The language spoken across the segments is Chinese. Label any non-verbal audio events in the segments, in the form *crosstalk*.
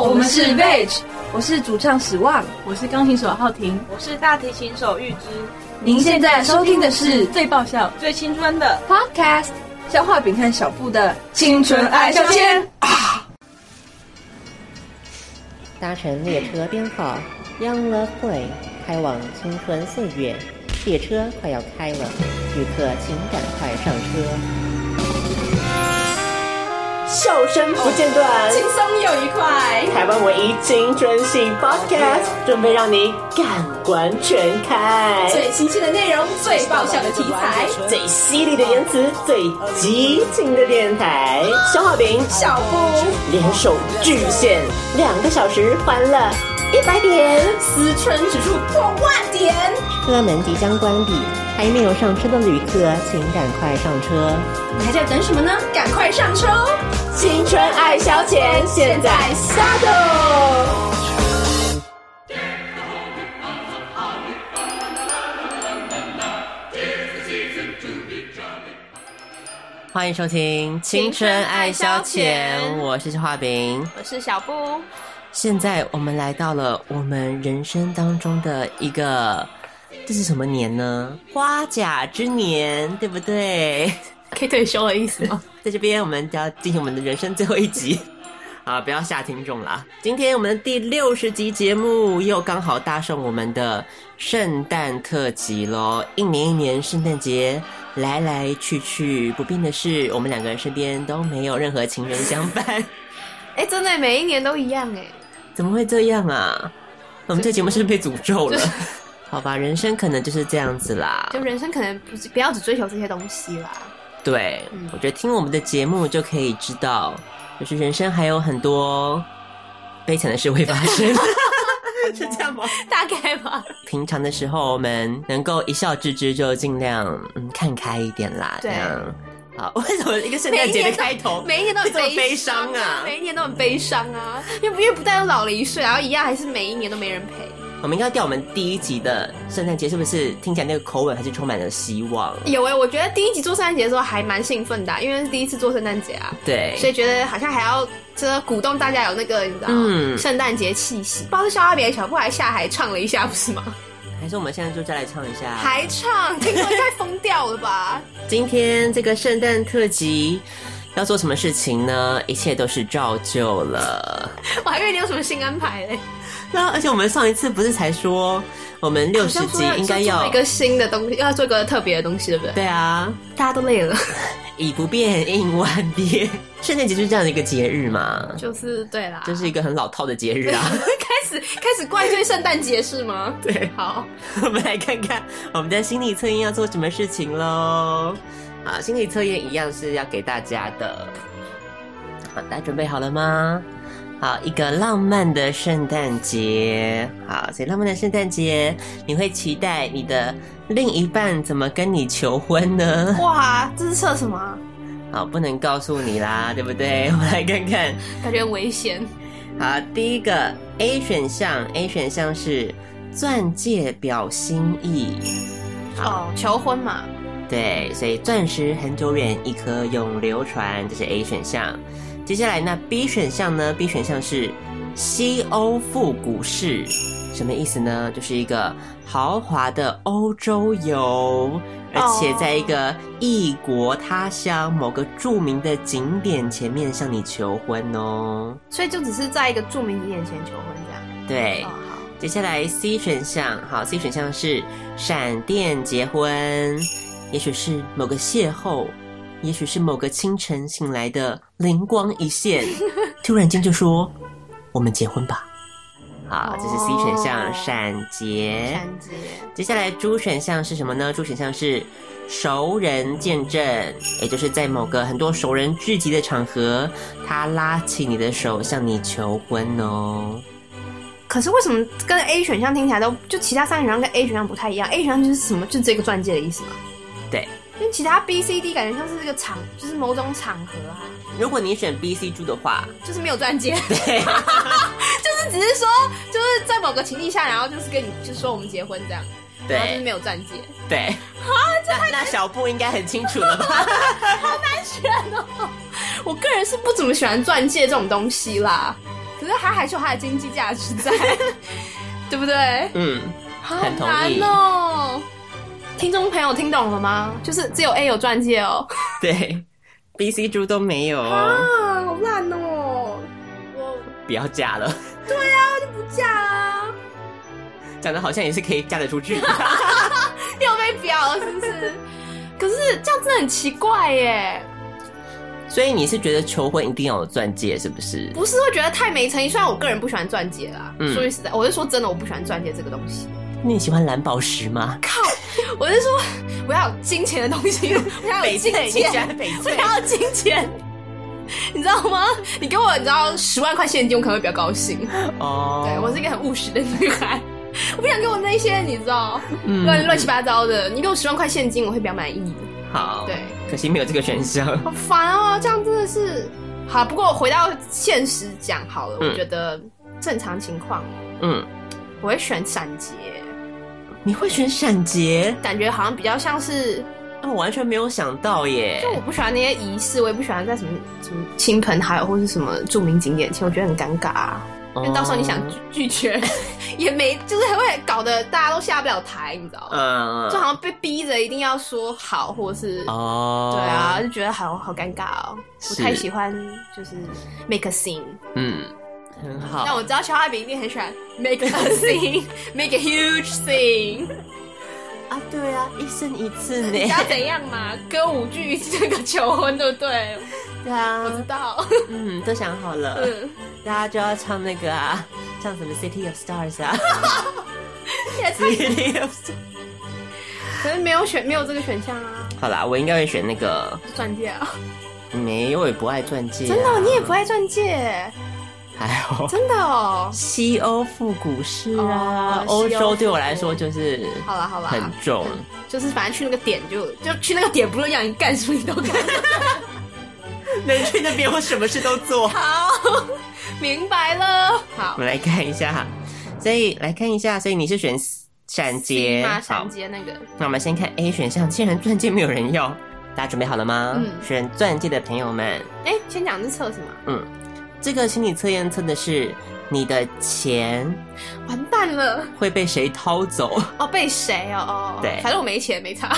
我们是 Veg，我是主唱史旺。我是钢琴手浩婷，我是大提琴手玉芝，您现在收听的是最爆笑。最青春的 Podcast 消化饼和小布的青春爱消遣。搭乘列车编号 Young Love Boy 开往青春岁月，列车快要开了，旅客请赶快上车。笑声不间断，轻松又愉快。台湾唯一青春系 Podcast，准备让你感官全开，最新鲜的内容，最爆笑的题材，最犀利的言辞，最激情的电台，小好饼小布联手巨献两个小时，欢乐一百点。思春指数破万点，车门即将关闭，还没有上车的旅客请赶快上车。你还在等什么呢？赶快上车哦！青春爱消遣，现在下豆。欢迎收听《青春爱消遣》，我是画饼。我是小布，现在我们来到了我们人生当中的一个，这是什么年呢？花甲之年，对不对？可以退休的意思吗？ *laughs* 在这边我们要进行我们的人生最后一集。 *laughs* 啊，不要吓听众啦！今天我们的第六十集节目又刚好搭上我们的圣诞特辑喽。一年一年，圣诞节来来去去，不变的是，我们两个人身边都没有任何情人相伴。哎、真的每一年都一样哎、怎么会这样啊？我们这节目是不是被诅咒了？ *laughs* 好吧，人生可能就是这样子啦。就人生可能不是不要只追求这些东西啦。对，嗯我觉得听我们的节目就可以知道，就是人生还有很多悲惨的事会发 *laughs* 生。是这样吗？大概吧。平常的时候，我们能够一笑置之，就尽量嗯看开一点啦。这对样好，为什么一个圣诞节的开头，每一年都很这么悲悲伤啊每一年都很悲伤啊，因为因为不但老了一岁，然后一样还是每一年都没人陪。我们应该调我们第一集的圣诞节，是不是听起来那个口吻还是充满了希望？有哎、我觉得第一集做圣诞节的时候还蛮兴奋的啊、因为是第一次做圣诞节啊，对，所以觉得好像还要真的鼓动大家有那个你知道嗯圣诞节气息。不知道是肖阿别小布还下海唱了一下不是吗？还是我们现在就再来唱一下。还唱， *laughs* 听说应该疯掉了吧？今天这个圣诞特辑要做什么事情呢？一切都是照旧了。 *laughs* 我还以为你有什么新安排嘞。那而且我们上一次不是才说我们六十像集说要应该要做一个新的东西，要做一个特别的东西，对不对？对啊，大家都累了，以不变应万变。圣诞节就是这样的一个节日嘛， *laughs* 就是对啦， *laughs* 就是一个很老套的节日啊。开始开始怪罪圣诞节是吗？ *laughs* 对，好，我们来看看我们的心理测验要做什么事情喽。啊，心理测验一样是要给大家的。好，大家准备好了吗？好，一个浪漫的圣诞节。好，所以浪漫的圣诞节，你会期待你的另一半怎么跟你求婚呢？哇，这是测什么啊？好，不能告诉你啦，对不对？ *laughs* 我们来看看。感觉很危险。好，第一个 A 选项，A 选项是钻戒表心意。哦，求婚嘛，对，所以钻石恒久远，一颗永流传，这是 A 选项。接下来那 B 选项呢？B 选项是西欧复古式，什么意思呢？就是一个豪华的欧洲游，而且在一个异国他乡某个著名的景点前面向你求婚哦。所以就只是在一个著名景点前求婚这对，样。哦，好，接下来 C 选项，好，C 选项是闪电结婚，也许是某个邂逅，也许是某个清晨醒来的灵光一 *laughs* 现，突然间就说我们结婚吧。好，这是 C 选项，哦闪结。三节接下来猪选项是什么呢？猪选项是熟人见证，也就是在某个很多熟人聚集的场合，他拉起你的手向你求婚哦。可是为什么跟 A 选项听起来都就其他三个选项跟 A 选项不太一样？A 选项就是什么？就这个钻戒的意思嘛？对，因为其他 B、C、D 感觉像是这个场，就是某种场合啊，如果你选 B、C、猪的话，就是没有钻戒。 *laughs* *laughs* 对，就是 *laughs* 只是说，就是在某个情境下，然后就是跟你就说我们结婚这样，然后就是没有钻戒，对，啊那那小布应该很清楚 *laughs* 了吧？我个人是不怎么喜欢钻戒这种东西啦。可可是它还是有它的经济价值在， *laughs* 对不对？嗯，好很同难意哦。听众朋友听懂了吗？就是只有 A 有钻戒哦。对，B、C、猪都没有哦，啊，好烂哦！我不要嫁了，不嫁啊， *laughs* 讲的好像也是可以嫁得出去。又被表了是不是？ *laughs* 可是这样真的很奇怪耶， *laughs* 所以你是觉得求婚一定要有钻戒，是不是？不是会觉得太没诚意？虽然我个人不喜欢钻戒啦，嗯说句实在，我是说真的，我不喜欢钻戒这个东西。你喜欢蓝宝石吗？我是说， *laughs* 我要有金钱的东西， *laughs* 我要有金钱，翡我要有金钱，你知道吗？你给我，你知道十万块现金，我可能会比较高兴。哦，对我是一个很务实的女孩，我不想给我那些你知道嗯乱乱七八糟的。你给我十万块现金，我会比较满意。好，对，可惜没有这个选项。好烦哦，这样真的是好。不过回到现实讲好了，嗯我觉得正常情况嗯，我会选闪结，你会选闪结？感觉好像比较像是哦那我完全没有想到耶就。我不喜欢那些仪式，我也不喜欢在什么什么亲朋好友或是什么著名景点前，我觉得很尴尬、啊。因哦为到时候你想拒拒绝， *laughs* 也没就是还会搞得大家都下不了台，你知道吗？嗯，就好像被逼着一定要说好，或者是、哦，对啊，，就觉得好好尴尬哦。我是太喜欢就是 make a scene，嗯，很但好。我知道小海饼一定很喜欢 make a *laughs* scene，make a huge scene，啊，对啊，一生一次呢 *laughs* 你知道怎样嘛？歌舞剧这个求婚对不对？对我知啊，道，嗯，都想好了，嗯，大家就要唱那个啊，唱什么 City of *laughs* Stars 啊也太，City of Stars。可是没有选没有这个选项啊，好啦，我应该会选那个，钻戒啊，没有，我也不爱钻戒、啊。真的哦、你也不爱钻戒，还好。真的哦。西欧复古式啊哦，欧、西欧洲复对我古来说就是好啦好啦，很重。 *laughs* 就是反正去那个点就就去那个点，不论让你干什么你都干。 *laughs* 能去那边，我什么事都做。好，明白了。好 *laughs* 我，们来看一下，所以来看一下，所以你是选闪金结马，好闪，街那个，那我们先看 A 选项，既然钻戒没有人要，大家准备好了吗？嗯选钻戒的朋友们，哎、先讲这测什么？这个心理测验测的是你的钱完蛋了！会被谁掏走哦，被谁哦？哦，对反正我没钱，没差。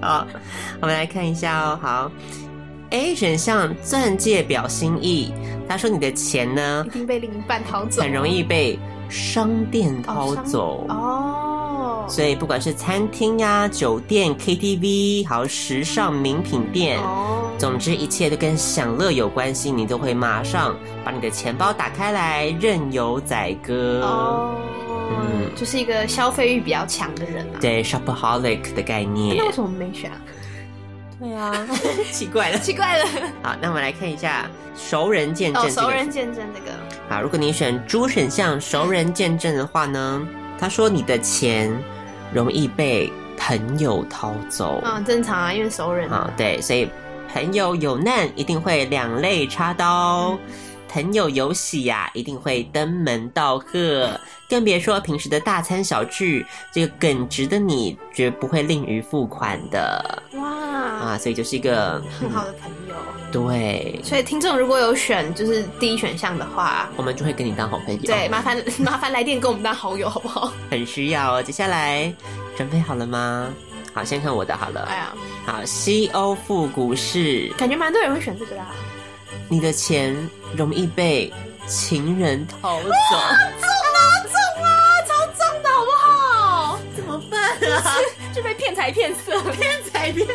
好，我们来看一下哦，好。A 选项钻戒表心意，他说你的钱呢一定被另一半掏走，嗯很容易被商店掏哦商走，哦。所以不管是餐厅呀、酒店、KTV，还有时尚名品店，哦，总之一切都跟享乐有关系，你都会马上把你的钱包打开来，任由宰嗯割。哦，嗯就是一个消费欲比较强的人啊。对，shopaholic 的概念那。为什么没选啊？对啊， *laughs* 奇怪了。奇怪了。好，那我们来看一下熟人见证、哦，这个熟人见证这个，啊，如果你选猪选项熟人见证的话呢，他说你的钱容易被朋友掏走。嗯，正常啊，因为熟人啊，对，所以朋友有难一定会两肋插刀，朋友有喜呀、一定会登门道贺，更别说平时的大餐小聚，这个耿直的你绝不会吝于付款的哇，啊，所以就是一个嗯很好的朋友。对，所以听众如果有选就是第一选项的话，我们就会跟你当好朋友，对，，麻烦 *laughs* 麻烦来电跟我们当好友好不好？很需要哦。接下来准备好了吗？好，先看我的好哎了。呀，好，西欧复古式，感觉蛮多人会选这个啦。你的钱容易被情人掏走。中啊中啊，超中的好不好？怎么办啊？ *laughs* 就被骗财骗色， *laughs* 骗财骗色。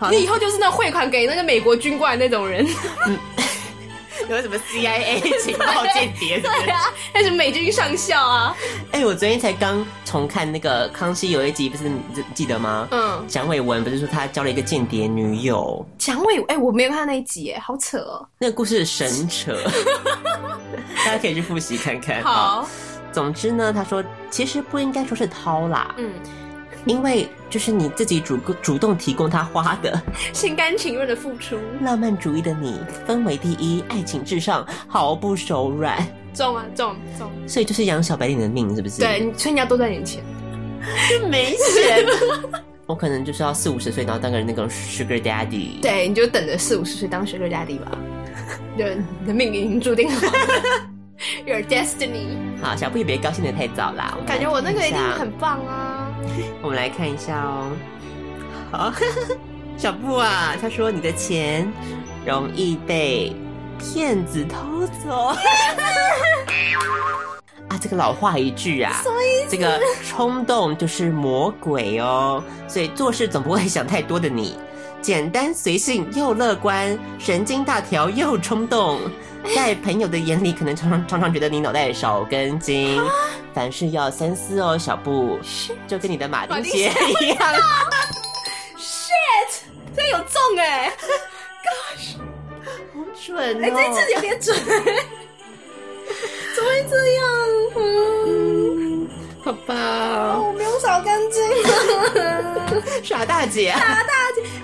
好你以后就是那汇款给那个美国军官那种人，有什么 *laughs* CIA 情报间谍？对啊，那是美军上校啊， *laughs* 哎、我昨天才刚重看那个《康熙》有一集，不是你记得吗？嗯，蒋伟文不是说他交了一个间谍女友？蒋伟，哎、我没有看那一集耶，好扯哦。那个故事神 *laughs* 扯，大家可以去复习看看。哎好，总之呢，他说其实不应该说是掏啦，嗯，因为就是你自己主主动提供他花的，心甘情愿的付出，浪漫主义的你，氛围第一，爱情至上，毫不手软，中啊中中，所以就是养小白脸的命，是不是？对，，你所以你要多赚点 *laughs* 钱。没钱。我可能就是要四五十岁，然后当个那种 sugar daddy。， *laughs* 对，你就 *laughs* 等着四五十岁当学哥家弟吧，就你的命已经注定好了。 *laughs* Your Destiny，好，小布也别高兴的太早啦。们来感觉我那个看一定下很棒啊！我们来看一下哦。好， *laughs* 小布啊，他说你的钱容易被骗子偷走。 *laughs* 啊，这个老话一句啊，这个冲动就是魔鬼哦，所以做事总不会想太多的你，简单随性又乐观，神经大条又冲动，在朋友的眼里可能常常常常觉得你脑袋少根筋，凡事要三思哦，小布，就跟你的马丁鞋一样。这有中哎、好准哎、这哦！次有点 *laughs* 准，好吧，嗯哦我没有扫干净。傻大 *laughs* 姐啊，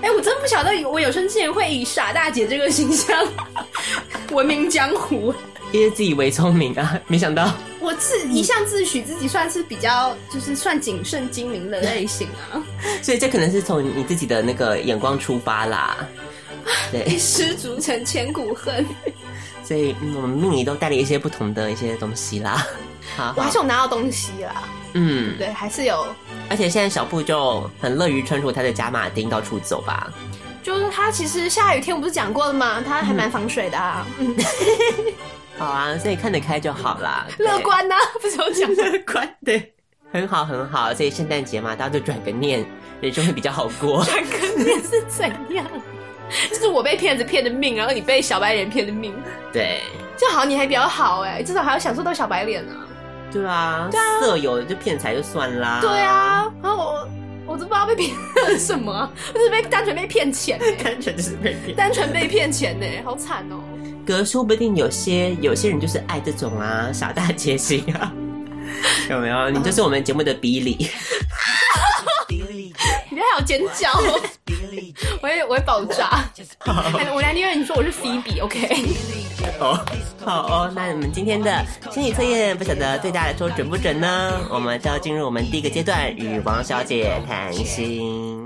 哎、我真不晓得我有生之年会以傻大姐这个形象闻名江湖。嗯因为自以为聪明啊，没想到我自一向自诩自己算是比较就是算谨慎精明的类型啊，所以这可能是从你自己的那个眼光出发啦。对， *laughs* 失足成千古恨。所以、嗯、我们命里都带了一些不同的一些东西啦。 *laughs* 好 *laughs* 我还好是，有拿到东西啦，嗯，对，还是有。而且现在小布就很乐于穿着他的假马丁到处走吧。就是它其实下雨天我不是讲过了吗？它还蛮防水的啊，嗯，好啊，所以看得开就好 *laughs* 啦，对乐，观呐、不是有讲 *laughs* 乐观，对， *laughs* 很好很好。所以圣诞节嘛，大家就转个念，人生会比较好 *laughs* 过。转个面是怎样？就是我被骗子骗的命，然后你被小白脸骗的命，对，正好你还比较好哎、至少还要享受到小白脸呢、对啊，色友就骗财就算啦。对，啊，然后我我都不知道被骗了什么啊， *laughs* 我就是被单纯被骗钱、 *laughs* 欸，单纯就是被骗。单纯被骗钱呢、好惨哦、 *laughs* 可是说不定有些有些人就是爱这种啊，傻大姐型啊， *laughs* 有没有？你就是我们节目的比里，你还有尖叫哦，我会我会爆炸。哎我来宁愿你说我是菲比，OK？ *laughs* 哦，好哦。那我们今天的心理测验不晓得对大家来说准不准呢？我们就要进入我们第一个阶段，与王小姐谈心。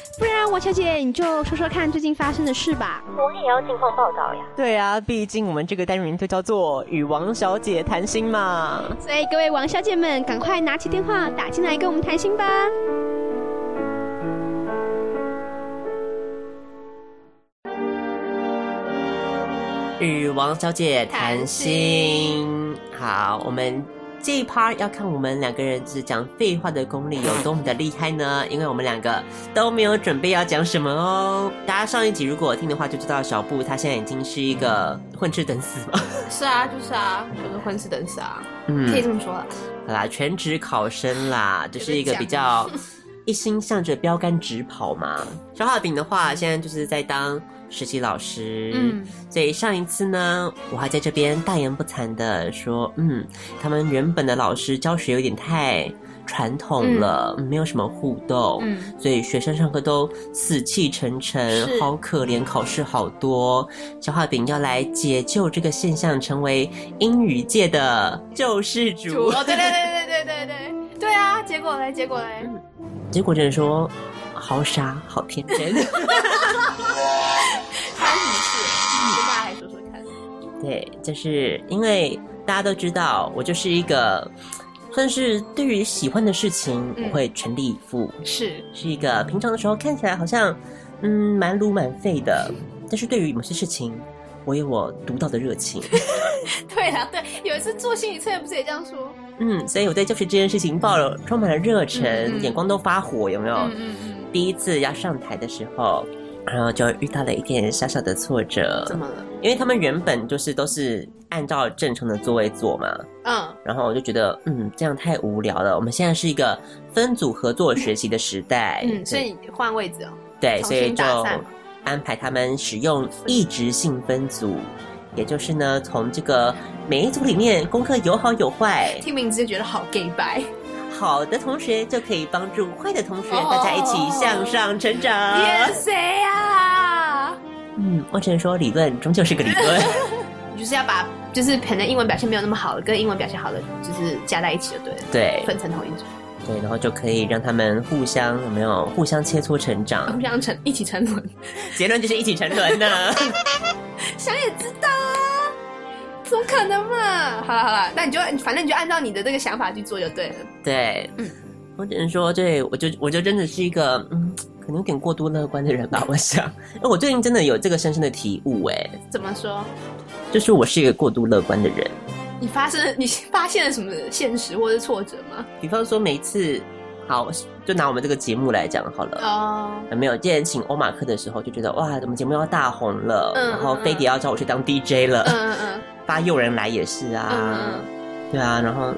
不然啊王小姐你就说说看最近发生的事吧。我也要近况报道呀。对啊，毕竟我们这个单元就叫做“与王小姐谈心”嘛。所以各位王小姐们，赶快拿起电话打进来跟我们谈心吧。与王小姐谈心，好，我们这一趴要看我们两个人只讲废话的功力有多么的厉害呢？因为我们两个都没有准备要讲什么哦。大家上一集如果有听的话，就知道小布他现在已经是一个混吃等死了。 *laughs* 是啊，就是啊，就是混吃等死啊，可以嗯，这么说啦。好啦，全职考 *laughs* 生啦，就是一个比较一心向着标杆直跑嘛。小浩饼的话，现在就是在当实习老师，嗯，所以上一次呢，我还在这边大言不惭的说，嗯，他们原本的老师教学有点太传统了，没有什么互动，嗯所以学生上课都死气沉沉，是好可怜，考试好多。小画饼要来解救这个现象，成为英语界的救世主。哦，对对对对对对对，对啊，结果嘞，结果嘞，结果真的说，好傻，好天 *laughs* 真。三十次，你跟大家来说说看。对，就是因为大家都知道，我就是一个算是对于喜欢的事情，我嗯会全力以赴，是，是一个平常的时候看起来好像嗯蛮鲁蛮废的，但是对于某些事情，我有我独到的 *laughs* 热情。对啊，对，有一次做心理测验不是也这样说？嗯，所以我对教学这件事情抱了充满了热忱，嗯嗯眼光都发火，有没有？嗯嗯嗯，第一次要上台的时候，然后就遇到了一点小小的挫折，怎么了？因为他们原本就是都是按照正常的座位坐嘛，嗯，然后我就觉得，嗯，这样太无聊了。我们现在是一个分组合作学习的时代，嗯，所以你换位置哦。对，重所新以就打散嘛安排他们使用一直性分组，也就是呢，从这个每一组里面功课有好有坏，听名字就觉得好 gay 白，好的同学就可以帮助坏的同学，哦大家一起向上成长。演谁啊？嗯，我只能说，理论终究是个 *laughs* 理论。你就是要把就是可能英文表现没有那么好的跟英文表现好的就是加在一起就对了，对分成同一组，对，然后就可以让他们互相有没有互相切磋成 *laughs* 长互。相成一起沉沦。结论就是一起沉沦呢。 *laughs* 想也知道啊，怎么可能嘛？好了好了，那你就反正你就按照你的这个想法去做就对了。对，嗯我只能说，对我就我就真的是一个嗯，可能有点过度乐观的人吧。我想，哎我最近真的有这个深深的体悟，哎，怎么说？就是我是一个过度乐观的人。你发生了你发现了什么现实或是挫折吗？比方说，每次好，就拿我们这个节目来讲好了。哦，有没有之前请欧马克的时候，就觉得哇，我们节目要大红了，嗯然后嗯飞碟要找我去当 DJ 了，嗯嗯发诱人来也是嗯啊，嗯，对啊，然后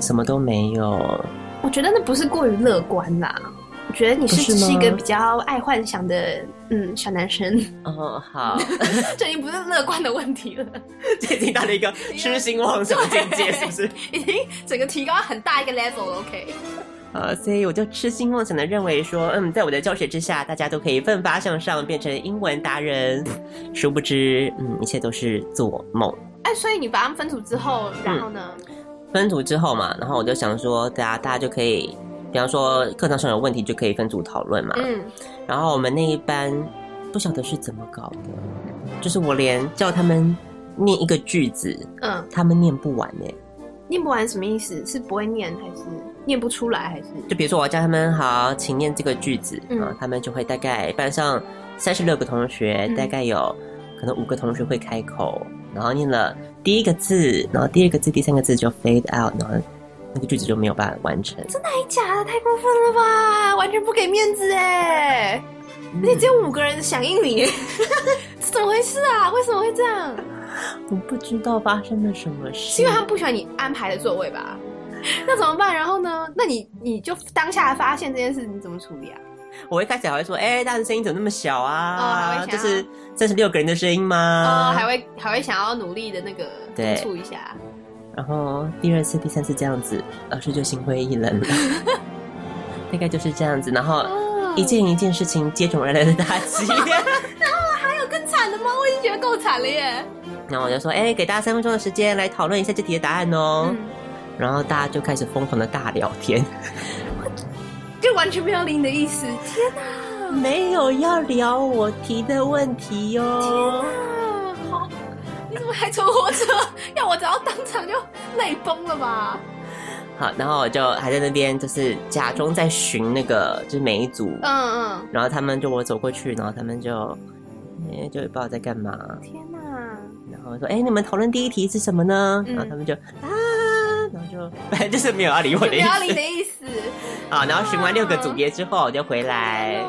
什么都没有，我觉得那不是过于乐观啦。我觉得你是不是只吗是一个比较爱幻想的嗯小男生，哦， *laughs* 好， *laughs* 这已经不是乐观的问题了，这已经到了一个痴心妄想境界，是不是？已经整个提高很大一个 level 了。OK，呃，所以我就痴心妄想的认为说，嗯，在我的教学之下，大家都可以奋发向上，变成英文达人。殊不知，嗯，一切都是做梦。哎、所以你把他们分组之后，然后呢？分组之后嘛，然后我就想说，大家大家就可以，比方说课堂上有问题就可以分组讨论嘛。嗯，然后我们那一班不晓得是怎么搞的，就是我连叫他们念一个句子，嗯，他们念不完呢、念不完什么意思？是不会念还是念不出来还是？就比如说我叫他们好，请念这个句子，嗯啊，他们就会大概班上三十六个同学，嗯大概有可能五个同学会开口，然后念了第一个字，然后第二个字、第三个字就 fade out，然后那个句子就没有办法完成。太哎假了，太过分了吧！完全不给面子哎！而且只有五个人响应你， *laughs* 这怎么回事啊？为什么会这样？我不知道发生了什么事，是因为他们不喜欢你安排的座位吧？ *laughs* 那怎么办？然后呢？那你你就当下发现这件事，你怎么处理啊？我一开始还会说，哎、大家的声音怎么那么小哦还啊？会这想是三十六个人的声音吗？哦，还会还会想要努力的那个呃对督促一下。然后第二次、第三次这样子，老师就心灰意 *laughs* 冷了。大概就是这样子，然啊后一件一件事情接踵而来的打 *laughs* 击。还有更惨的吗？我已经觉得够惨了耶。然后我就说：“哎、给大家三分钟的时间来讨论一下这题的答案哦。嗯，然后大家就开始疯狂的大聊天，就完全没有理你的意思。天嗯没有要聊我提的问题哟、啊，好，你怎么还存活着？要我早当场就泪崩了吧？好，然后我就还在那边就是假装在寻那个，就是每一组。嗯嗯，然后他们就我走过去，然后他们就，哎、就也不知道在干嘛。天哪！然后说：“哎、你们讨论第一题是什么呢？”嗯然后他们就 *laughs* 啊，然后就 *laughs* 反正就是没有要理我就的不意要理思的意思。啊。然后巡完六个组别之后，我就回来，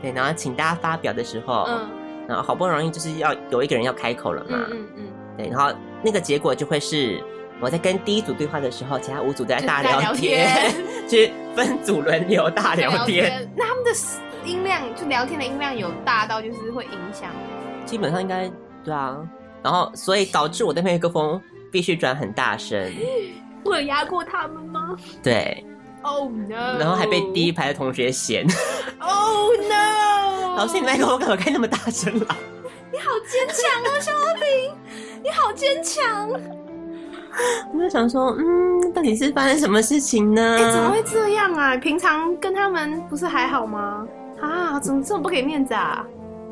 对，然后请大家发表的时候，嗯然后好不容易就是要有一个人要开口了嘛，嗯嗯嗯，对，然后那个结果就会是我在跟第一组对话的时候，其他五组都在大聊天， *laughs* 就是分组轮流大 *laughs* 聊天，。那他们的音量，就聊天的音量有大到就是会影响。基本上应该对啊。然后所以导致我的麦克风必须转很大声，我有压过他们吗对， ？Oh no！然后还被第一。排的同学嫌。 Oh no！老师，你麦克风干嘛开那么大声啊啦？你好坚强啊，肖阿平，你好坚强。 *laughs* 我就想说，嗯，到底是发生什么事情呢？哎、怎么会这样啊？平常跟他们不是还好吗？啊，怎么这么不给面子啊？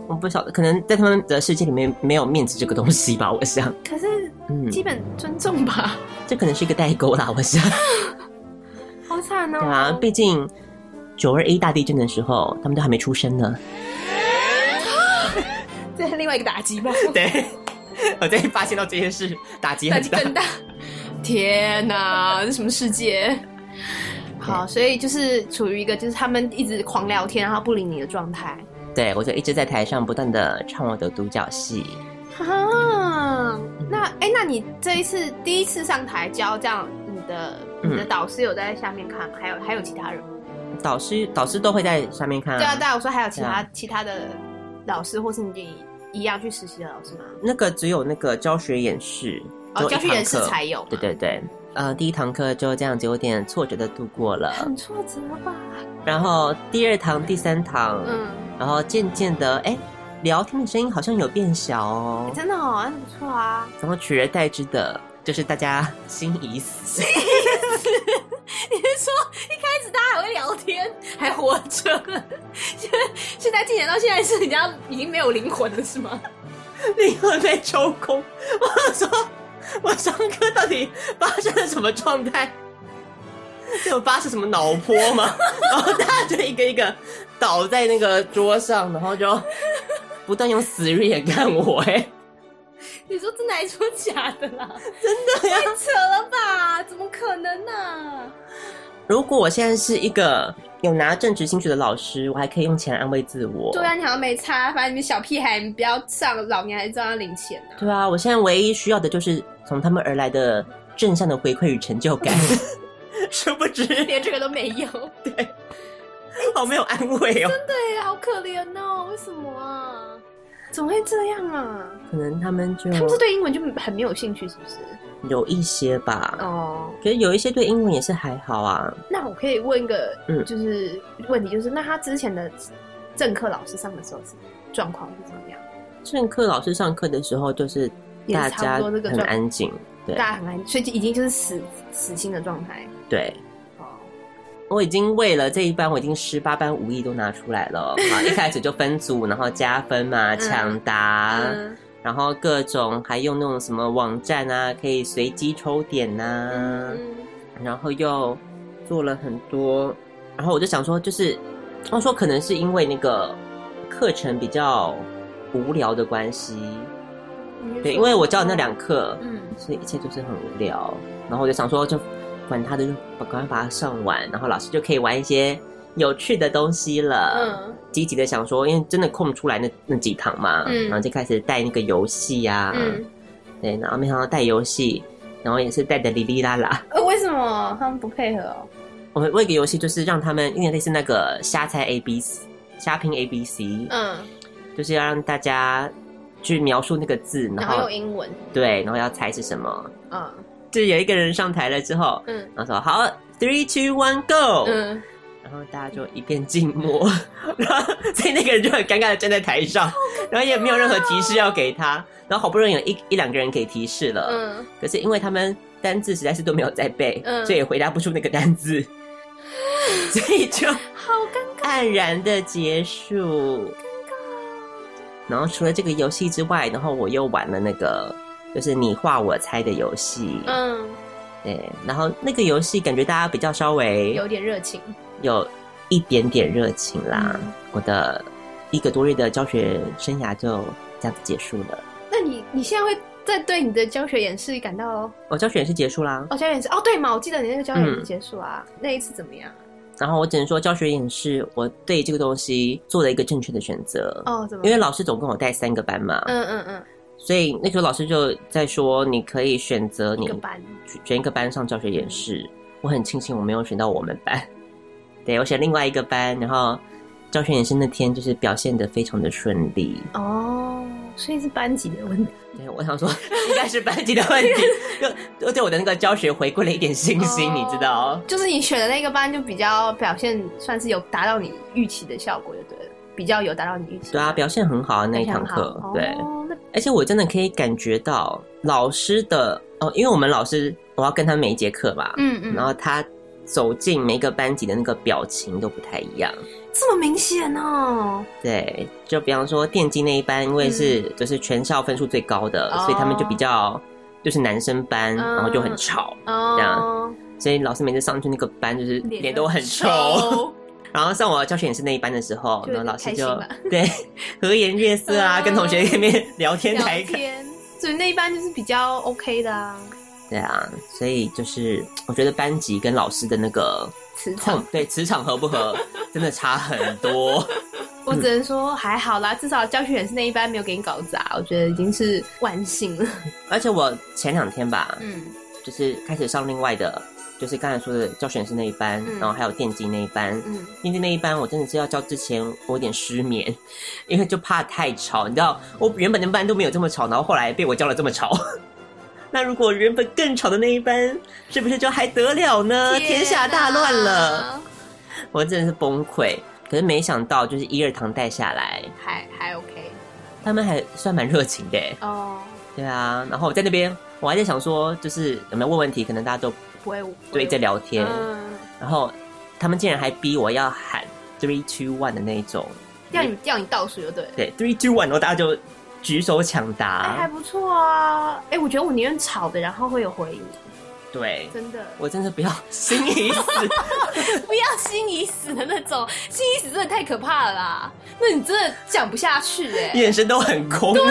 我不晓得，可能在他们的世界里面没有面子这个东西吧，我想。可是嗯，基本尊重吧。 *laughs* 这可能是一个代沟啦，我 *laughs* 想。好惨哦。对啊，毕竟九二一大地震的时候，他们都还没出生呢。这是另外一个打击吧。 *laughs* 对，啊我最近发现到这件事，打击打很击大。更大。 *laughs* 天哪，这什么世界？好，所以就是处于一个就是他们一直狂聊天，然后不理你的状态 *laughs* 对，我就一直在台上不断的唱我的独角戏。啊。嗯那哎、那你这一次第一次上台教这样，你的嗯你的导师有在下面看，还有还有其他人吗？导师，导师都会在上面看、啊啊对啊，对啊，我说还有其他、对其他的老师或是你一样去实习的老师吗？那个只有那个教学演示，哦，只有一教学演堂示课才有嘛。对对对，呃，第一堂课就这样子有点挫折的度过了，很挫折吧？然后第二堂、第三堂，嗯，然后渐渐的，哎，聊天的声音好像有变小哦，真的哦，那不错啊。然后取而代之的就是大家心已死， *laughs* 你是说一开始大家还会聊天，还活着， *laughs* 现现在进展到现在是人家已经没有灵魂了，是吗？灵魂被抽空。我想说，我上课到底发生了什么状态？有发生什么脑波 *laughs* 吗？然后大家就一个一个倒在那个桌上，然后就不断用死人眼看我、哎。你说真的还是说假的啦？对呀、扯了吧？怎么可能呢、如果我现在是一个有拿正职薪水的老师，我还可以用钱安慰自我。对啊，你好像没差，反正你们小屁孩，你不要上，老娘还照样领钱呢、对啊，我现在唯一需要的就是从他们而来的正向的回馈与成 *laughs* 就感。殊不知，连这个都没有。好没有安慰哦。对，哎好可怜哦，为什么啊？怎么会这样啊？可能他们就他们是对英文就很没有兴趣，是不是？有一些吧，哦，可是有一些对英文也是还好啊。那我可以问一个，嗯就是问题，就是那他之前的政课老师上的时候是状况是怎么样？政课老师上课的时候，就是也是大差家不多这个很状安静，对大家很安静，所以就已经就是死死心的状态。对。哦，我已经为了这一班，我已经十八般武艺都拿出来了。啊，一开始就分组，然后加 *laughs* 分嘛，抢答，嗯，然后各种还用那种什么网站啊，可以随机抽点呐、嗯然后又做了很多，然后我就想说，就是我说可能是因为那个课程比较无聊的关系，对，因为我教的那两课，嗯所以一切就是很无聊，然后我就想说就管他的，就把赶快把它上完，然后老师就可以玩一些有趣的东西了，嗯积极的想说，因为真的空出来那那几堂嘛，嗯然后就开始带那个游戏啊呀、嗯，对，然后没想到带游戏，然后也是带的哩哩啦啦。呃，为什么他们不配合哦？我们我有一个游戏就是让他们有点类似那个瞎猜 A B C，瞎拼 A B C，、嗯，就是要让大家去描述那个字，然然后后用英文，对，然后要猜是什么。嗯就有一个人上台了之后，嗯然后说好，three two one go，、嗯，然后大家就一片静默， *laughs* 然后所以那个人就很尴尬的站在台上，然后也没有任何提示要给他，然后好不容易有一一两个人给提示了，嗯，可是因为他们单字实在是都没有在背，嗯所以也回答不出那个单 *laughs* 字，所以就好尴尬，黯然的结束。然后除了这个游戏之外，然后我又玩了那个就是你画我猜的游戏，嗯，对，然后那个游戏感觉大家比较稍微有点热情，有一点点热情啦。嗯我的一个多月的教学生涯就这样子结束了。那你你现在会在对你的教学演示感到哦我教学也是结束啦，哦，教学演示哦，对嘛？我记得你那个教学嗯演示结束啊，那一次怎么样？然后我只能说，教学演示我对这个东西做了一个正确的选择。哦，怎么？因为老师总共有带三个班嘛，嗯嗯嗯，所以那时候老师就在说，你可以选择一你个班，选一个班上教学演示。我很庆幸我没有选到我们班，对我选另外一个班，然后教学演示那天就是表现的非常的顺利。哦，所以是班级的问题，对，我 *laughs* 想说应该是班级的问题，就就对我的那个教学回归了一点信心，哦你知道？就是你选的那个班就比较表现算是有达到你预期的效果，就对了，比较有达到你预期。对啊，表现很好啊那一堂非常课好，对。哦那而且我真的可以感觉到老师的哦，因为我们老师我要跟他每一节课嘛，嗯嗯，然后他走进每个班级的那个表情都不太一样。这么明显哦，对，就比方说电机那一班，因为是就是全校分数最高的，嗯哦所以他们就比较就是男生班，嗯然后就很吵，这哦样，所以老师每次上去那个班就是脸都很臭。丑， *laughs* 然后上我教学演示那一班的时候，就有然后点老师开就心吧对和颜悦色啊，嗯跟同学在那边聊天 *laughs* 聊才开天，所以那一班就是比较 OK 的啊，对啊，所以就是我觉得班级跟老师的那个磁痛场。对磁场合不合，真的差很多。 *laughs* 我只能说还好啦，至少教学员是那一班没有给你搞砸，我觉得已经是万幸了。而且我前两天吧，嗯，就是开始上另外的，就是刚才说的教选师那一班，嗯然后还有电机那一班。嗯电机那一班我真的是要教之前我有点失眠，因为就怕太吵。你知道，我原本那班都没有这么吵，然后后来被我教了这么吵。 *laughs* 那如果原本更吵的那一班，是不是就还得了呢？天下大乱了。，我真的是崩溃。可是没想到，就是一二堂带下来，还还 OK 他们还算蛮热情的欸。哦，对啊，然后我在那边，我还在想说，就是有没有问问题，可能大家都不会对在聊天。嗯，然后他们竟然还逼我要喊 three two one 的那种，要你要你倒数就对了。对 three two one，然后大家就举手抢哎、还答。不错啊！哎、我觉得我宁愿吵的，然后会有回应，对，真的我真的不要心 *laughs* 已死。不要心已死的那种，心已死真的太可怕了啦！那你真的讲不下去哎、眼神都很空、欸，那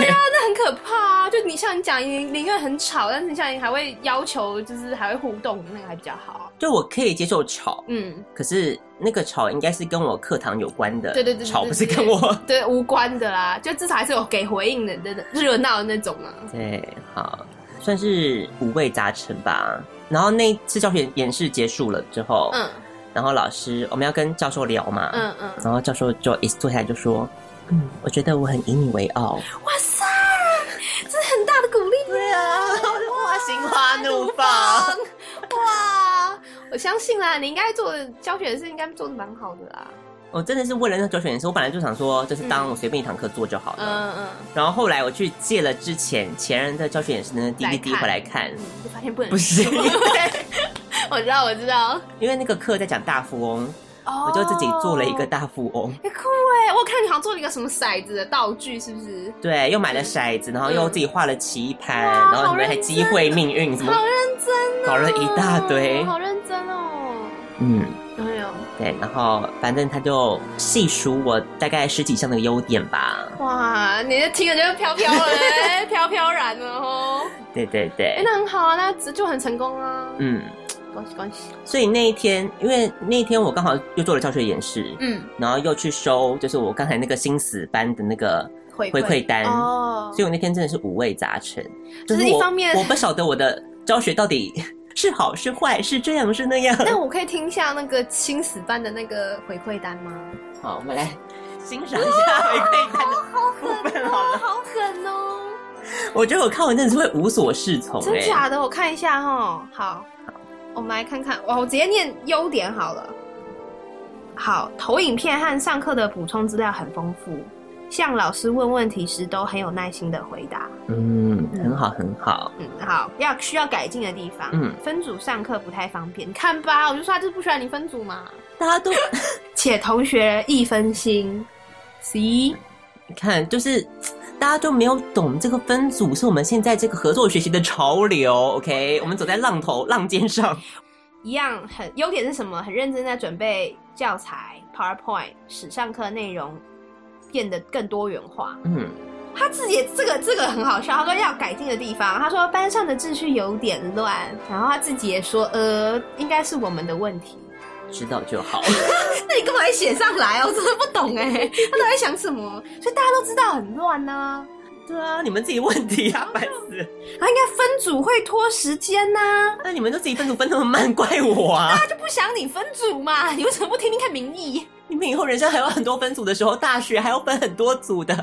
很可怕啊！就你像你讲，你宁愿很吵，但是你像你还会要求，就是还会互动，那个还比较好。就我可以接受吵，嗯，可是那个吵应该是跟我课堂有关的，对对对对吵对不是对跟我对，无关的啦，就至少还是有给回应的，那那热闹的那种啊。对，好，算是五味杂陈吧。然后那一次教学演示结束了之后，嗯然后老师我们要跟教授聊嘛，嗯嗯，然后教授就一坐下来就说，嗯，我觉得我很以你为傲，哇塞，这是很大的鼓励。对啊， *laughs* 哇，心花怒放放哇！我相信啦，你应该做的教学的事应该做的蛮好的啦。 *laughs* 我真的是为了那教学演示，我本来就想说，就是当我随便一堂课做就好了。嗯嗯，然后后来我去借了之前前人的教学演示的 DVD 来看回来看，嗯，就发现不能不是说 *laughs* 我知道我知道，因为那个课在讲大富翁，哦我就自己做了一个大富翁。哎、酷哎！我看你好像做了一个什么骰子的道具，是不是？对，又买了骰子，然后又自己画了棋盘，嗯哇然后什好么认还机会命运什么，好认真、哦，搞了一大堆好认真哦。嗯，有没有？对，然后反正他就细数我大概十几项的优点吧，哇，你的听着就飘飘了、欸，飘飘然了哦。对对哎、对，那很好啊，那这就很成功啊。嗯，恭喜恭喜。所以那一天，因为那一天我刚好又做了教学演示，嗯，然后又去收就是我刚才那个新死班的那个回回馈单，哦所以我那天真的是五味杂陈，就是我一方面我不晓得我的教学到底 *laughs* 是好是坏，是这样是那样。那我可以听一下那个青死班的那个回馈单吗？好，我们来欣赏一下回馈单的部分好了。好啊狠哦！我觉得我看完真的是会无所适从、欸，真假的，我看一下哈。好，我们来看看。哇，我直接念优点好了。好，投影片和上课的补充资料很丰富，向老师问问题时都很有耐心的回答。嗯，很好，很好。嗯，好，要需要改进的地方。嗯分组上课不太方便，你看吧，我就说他就是不喜欢你分组嘛。大家都且同学易分心。C，你看，就是大家都没有懂这个分组是我们现在这个合作学习的潮流。OK，我们走在浪头浪尖上。一样很优点是什么？很认真在准备教材、PowerPoint，使上课内容变得更多元化。嗯，他自己也这个这个很好笑，他说要改进的地方，他说班上的秩序有点乱，然后他自己也说，呃，应该是我们的问题。知道就好。那你干嘛还写上来啊？我真的不懂哎、 *laughs* 他到底在想什么？所以大家都知道很乱呢、 *laughs* 对啊，你们自己问题啊，烦死！然后应该分组会拖时间呐、那你们都自己分组分那么慢，怪我啊！他就不想你分组嘛，你为什么不听听看民意？你们以后人生还有很多分组的时候，大学还要分很多组的。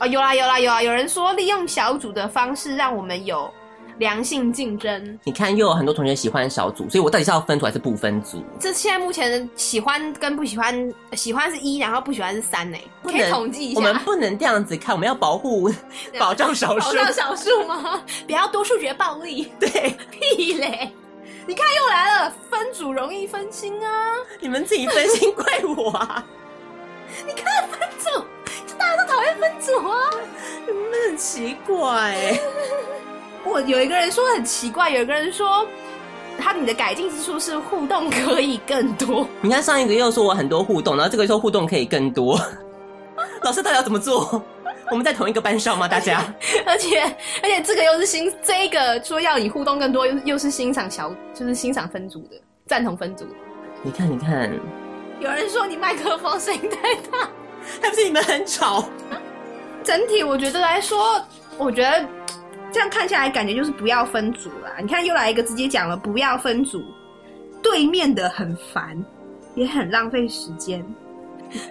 哦，有啦有啦有啦，有人说利用小组的方式让我们有良性竞争。你看，又有很多同学喜欢小组，所以我到底是要分组还是不分组？这现在目前喜欢跟不喜欢，喜欢是一，然后不喜欢是三呢、不可能以统计一我们下，不能这样子看，我们要保护、啊保障少保数。障少数吗？ *laughs* 不要多数决暴力，对， *laughs* 屁嘞！你看又来了，分组容易分心啊，你们自己分心，怪我啊！组大家都讨厌分组啊。你们很奇怪、我有一个人说很奇怪，有一个人说他你的改进之处是互动可以更多，你看上一个又说我很多互动，然后这个说互动可以更多。老师到底要怎么做？我们在同一个班上吗？大家？ *laughs* 而且而且这个又是欣这一个说要你互动更多，又又是欣赏小就是欣赏分组的赞同分组的。你看，你看，有人说你麦克风声音太 *laughs* 大，还不是你们很吵？整体我觉得来说，我觉得这样看下来感觉就是不要分组啦。你看又来一个直接讲了不要分组，对面的很烦，也很浪费时间。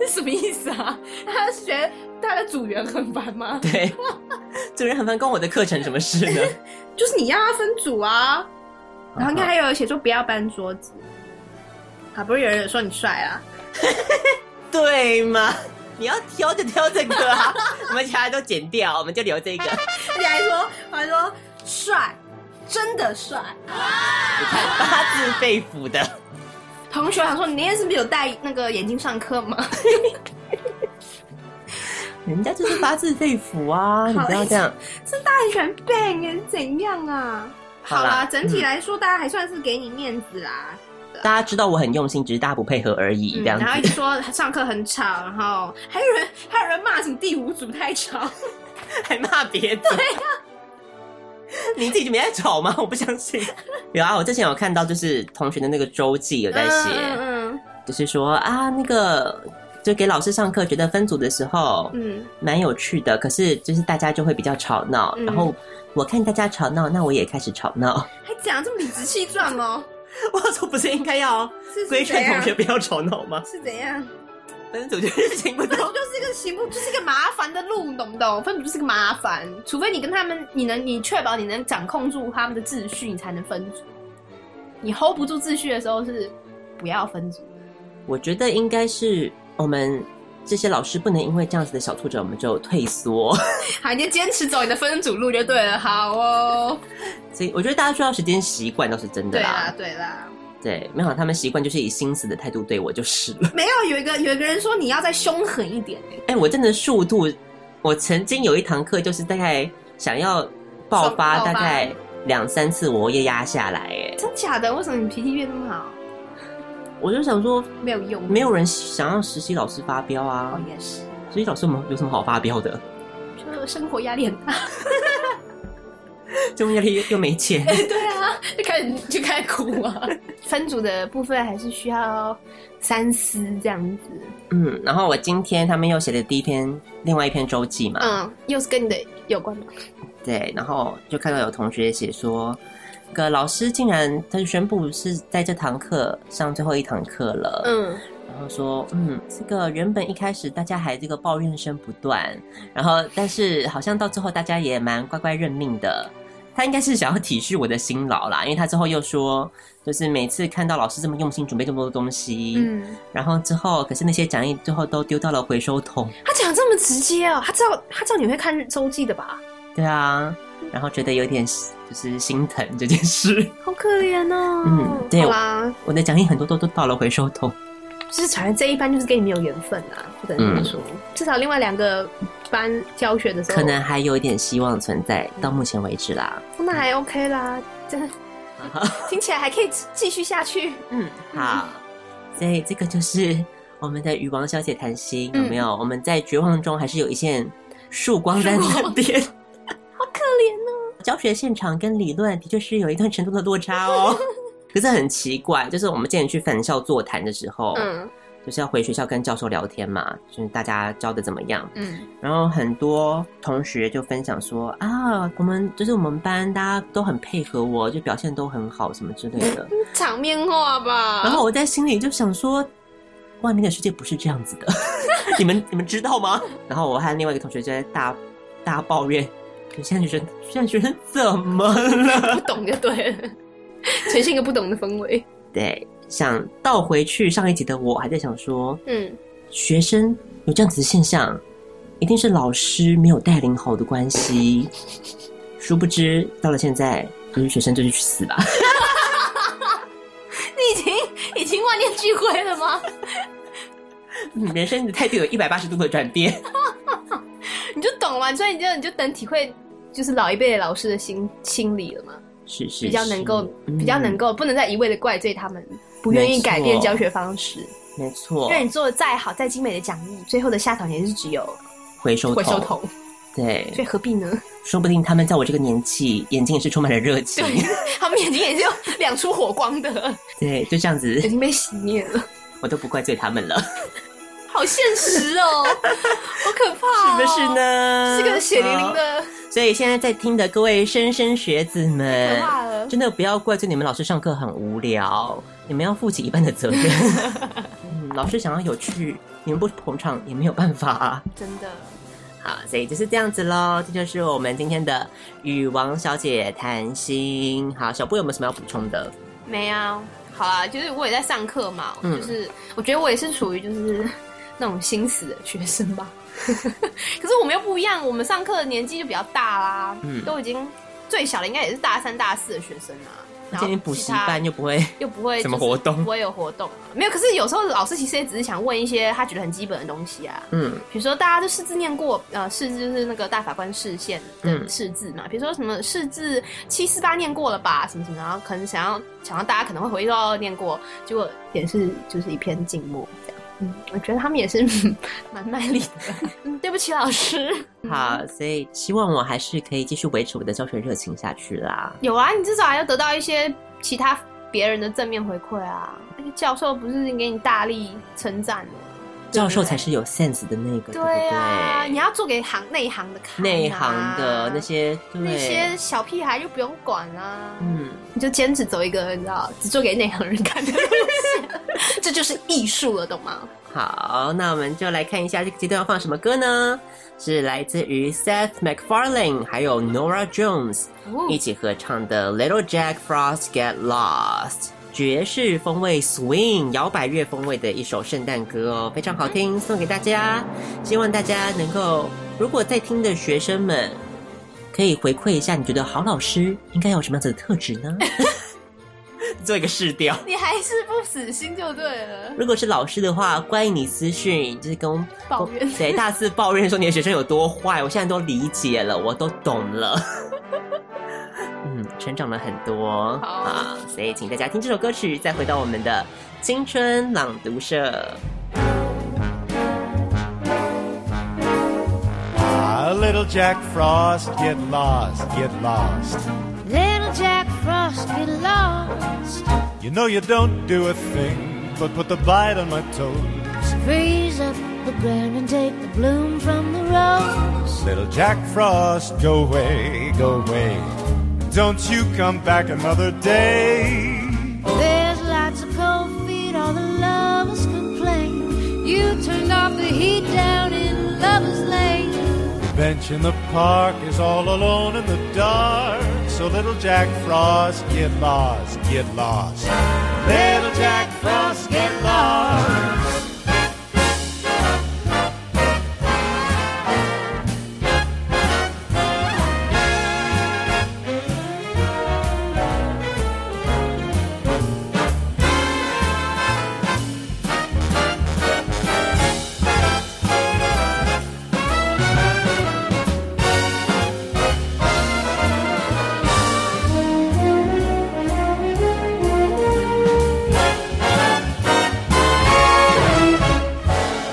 是 *laughs* 什么意思啊？ *laughs* 他是觉得他的组员很烦吗？对，主任很烦，关我的课程什么事呢？就是你要他分组啊，然后应该还有写说不要搬桌子。啊，不是有人说你帅啊啦？对吗？你要挑就挑这个啊，我们其他都剪掉，我们就留这个。而且还说还说帅，真的帅。你看发自肺腑的，同学想说，你那天是不是有戴那个眼镜上课吗？人家就是发自肺腑啊！你不要这样。 *laughs* 这大人选 bang 哎怎样啊？好好啦嗯啦，整体来说，大家还算是给你面子啦。大家知道我很用心，只是大家不配合而已，嗯，这样然后一直子。说上课很吵，然后还有人还有人骂什么第五组太吵，还骂别的。你自己就没在吵吗？我不相信。有啊，我之前有看到，就是同学的那个周记有在写，嗯嗯就是说啊，那个就给老师上课，觉得分组的时候，嗯，蛮有趣的。可是就是大家就会比较吵闹，然后我看大家吵闹，那我也开始吵闹。还讲得这么理直气壮哦，我说不是应该要是规是怎劝样同？学不要吵闹 *laughs* 吗？是怎样？分组就是行 *laughs* 不就通。是一个行不，就是一个麻烦的路，你懂不懂？分组就是个麻烦，除非你跟他们，你能你确保你能掌控住他们的秩序，你才能分组。你 hold 不住秩序的时候是不要分组。我觉得应该是我们这些老师不能因为这样子的小挫折，我们就退缩。好，你就坚持走你的分组路就对了。好哦，所以我觉得大家需要时间习惯，倒是真的对啦啊啦。对啦，对，没有他们习惯就是以心死的态度对我就是了。 *laughs* 没有有一个有一个人说你要再凶狠一点、欸，哎、我真的速度，我曾经有一堂课就是大概想要爆发，爆发大概两三次我也压下来。哎，真假的？为什么你脾气变那么好？我就想说，没有用，没有人想让实习老师发飙啊哦，，也是，实习老师有什么有什么好发飙的？ *laughs* 就是生活压力 *laughs* 很大。这种压力又又没钱。对啊，就开始就开始哭 *laughs* 啊。分组的部分还是需要三思这样子。嗯，然后我今天他们又写的第一篇，另外一篇周记嘛，嗯，又是跟你的有关吗？对，然后就看到有同学写说，那个老师竟然他就宣布是在这堂课上最后一堂课了，嗯，然后说，嗯，这个原本一开始大家还这个抱怨声不断，然后但是好像到最后大家也蛮乖乖认命的。他应该是想要体恤我的辛劳啦，因为他之后又说，就是每次看到老师这么用心准备这么多东西，嗯，然后之后可是那些讲义最后都丢到了回收桶，他讲得这么直接哦，他知道他知道你会看周记的吧？对啊，然后觉得有点就是心疼这件事。好可怜哦。嗯对好啦，我的讲义很多都都到了回收桶，就是反正这一班就是跟你没有缘分啊，不能这么说。至少另外两个班教学的时候，嗯可能还有一点希望存在，嗯到目前为止啦。那还 OK 啦， *laughs* 真的听起来还可以继续下去。嗯，好，所以这个就是我们的与王小姐谈心，嗯有没有？我们在绝望中还是有一线曙光在那边。 *laughs* 好可怜哦。教学现场跟理论的确是有一段程度的落 *laughs* 差哦。可是很奇怪，就是我们之前去返校座谈的时候，嗯就是要回学校跟教授聊天嘛，就是大家教的怎么样？嗯，然后很多同学就分享说啊，我们就是我们班大家都很配合我，就表现都很好什么之类的。场面话吧。然后我在心里就想说，外面的世界不是这样子的， *laughs* 你们你们知道吗？然后我和另外一个同学就在大大抱怨，就现在学生现在学生怎么了？ *laughs* 不懂就对 *laughs* 了，呈现一个不懂的氛围。对，想倒回去上一集的我还在想说，嗯，学生有这样子的现象，一定是老师没有带领好的关系。殊不知，到了现在，就是学生就是去死 *laughs* 吧。你已经已经万念俱灰了吗？人生的态度有一百八十度的转变。你就懂嘛，所以你就你就能体会，就是老一辈的老师的心心理了嘛，是是是，比较能够嗯比较能够，不能再一味的怪罪他们不愿意改变教学方式，嗯没错因，为你做的再好再精美的讲义，最后的下场也是只有回收回桶，收桶，对，所以何必呢？说不定他们在我这个年纪，眼睛也是充满了热情， *laughs* 他们眼睛也是有两出火光的，对，就这样子已，经被熄灭了，我都不怪罪他们了，哦好现实哦，好可怕、哦是不是？呢？哦嗯是个血淋淋好。的，所以现在在听的各位莘莘学子可们，怕了。真的不要怪罪你们老师上课很无聊，你们要负起一半的责 *laughs* 任。嗯，老师想要有趣，你们不捧场也没有办法、真的。好，所以就是这样子喽，这就是我们今天的与王小姐谈心。好，小布有没有什么要补充的？没啊，好啊，就是我也在上课嘛，嗯就是我觉得我也是处于就是那种心死的学生吧。 *laughs* 可是我们又不一样，我们上课的年纪就比较大啦，嗯都已经最小的应该也是大三、大四的学生啦。然后今天补习其他班又不会又不会什么就是活动不会有活动啊、没有。可是有时候老师其实也只是想问一些他觉得很基本的东西啊， *laughs* 嗯比如说大家都识字念过，呃，识字就是那个大法官释宪嗯的释字嘛，比如说什么释字七四八念过了吧，什么什么，然后可能想要想要大家可能会回忆到念过，结果也是就是一片静默这样。嗯，我觉得他们也是 *laughs* 蛮卖力 *laughs* 的。嗯，对不起，老师。好，所以希望我还是可以继续维持我的教学热情下去啦。有啊，你至少还要得到一些其他别人的正面回馈啊。那个教授不是给你大力称赞吗？教授才是有 sense 的那个，对不对啊，对？你要做给行内行的看、啊，内行的那些，对那些小屁孩就不用管啊，嗯，你 *laughs* 就坚持走一个你知道只做给内行人看的路 *laughs* 线，这就是艺术了，懂吗？好，那我们就来看一下这个阶段要放什么歌呢？是来自于 Seth MacFarlane 还有 Nora Jones 哦一起合唱的《Little Jack Frost Get Lost》，爵士风味 swing 摇摆乐风味的一首圣诞歌哦，非常好听，送给大家。希望大家能够，如果在听的学生们，可以回馈一下，你觉得好老师应该有什么样子的特质呢？做一个试调。你还是不死心就对 *laughs* 了。如果是老师的话，欢迎你私讯，就是跟我抱怨对大肆抱怨说你的学生有多坏，我现在都理解了，我都懂 *laughs* 了。嗯，成长了很多好啊，所以请大家听这首歌曲，再回到我们的青春朗读社。 Ah, little Jack Frost, get lost, get lost. Little Jack Frost get lost. You know you don't do a thing but put the bite on my toes. Freeze up the ground and take the bloom from the rose. Little Jack Frost, go away, go away. Don't you come back another day. There's lots of cold feet, all the lovers complain. You turned off the heat down in Lover's Lane. Bench in the park is all alone in the dark. So little Jack Frost, get lost, get lost. Little Jack Frost, get lost.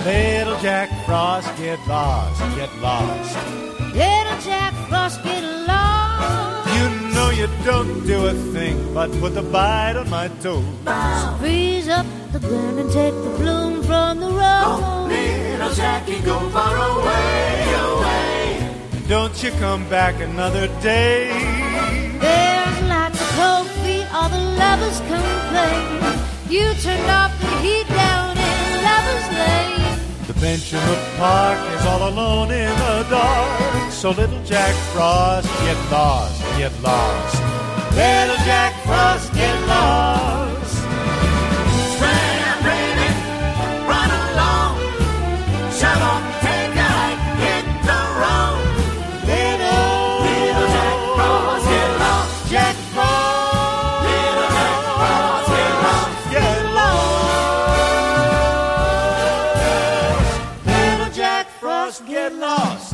Little Jack Frost, get lost, get lost. Little Jack Frost get lost. You know you don't do a thing but put the bite on my toes. Freeze up the ground and take the bloom from the rose. Little Jackie, go far away, away. Don't you come back another day. There's lots of cold feet, all the lovers complain. You turned off the heat down in Lover's Lane. The bench in the park is all alone in the dark. So little Jack Frost, get lost, get lost. Little Jack Frost, get lost. Run, run, run along. Shove off, take a hike, hit the road. Little, little Jack Frost, get lost. Jack Frost, little Jack Frost, get lost, get lost. Little Jack Frost, get lost.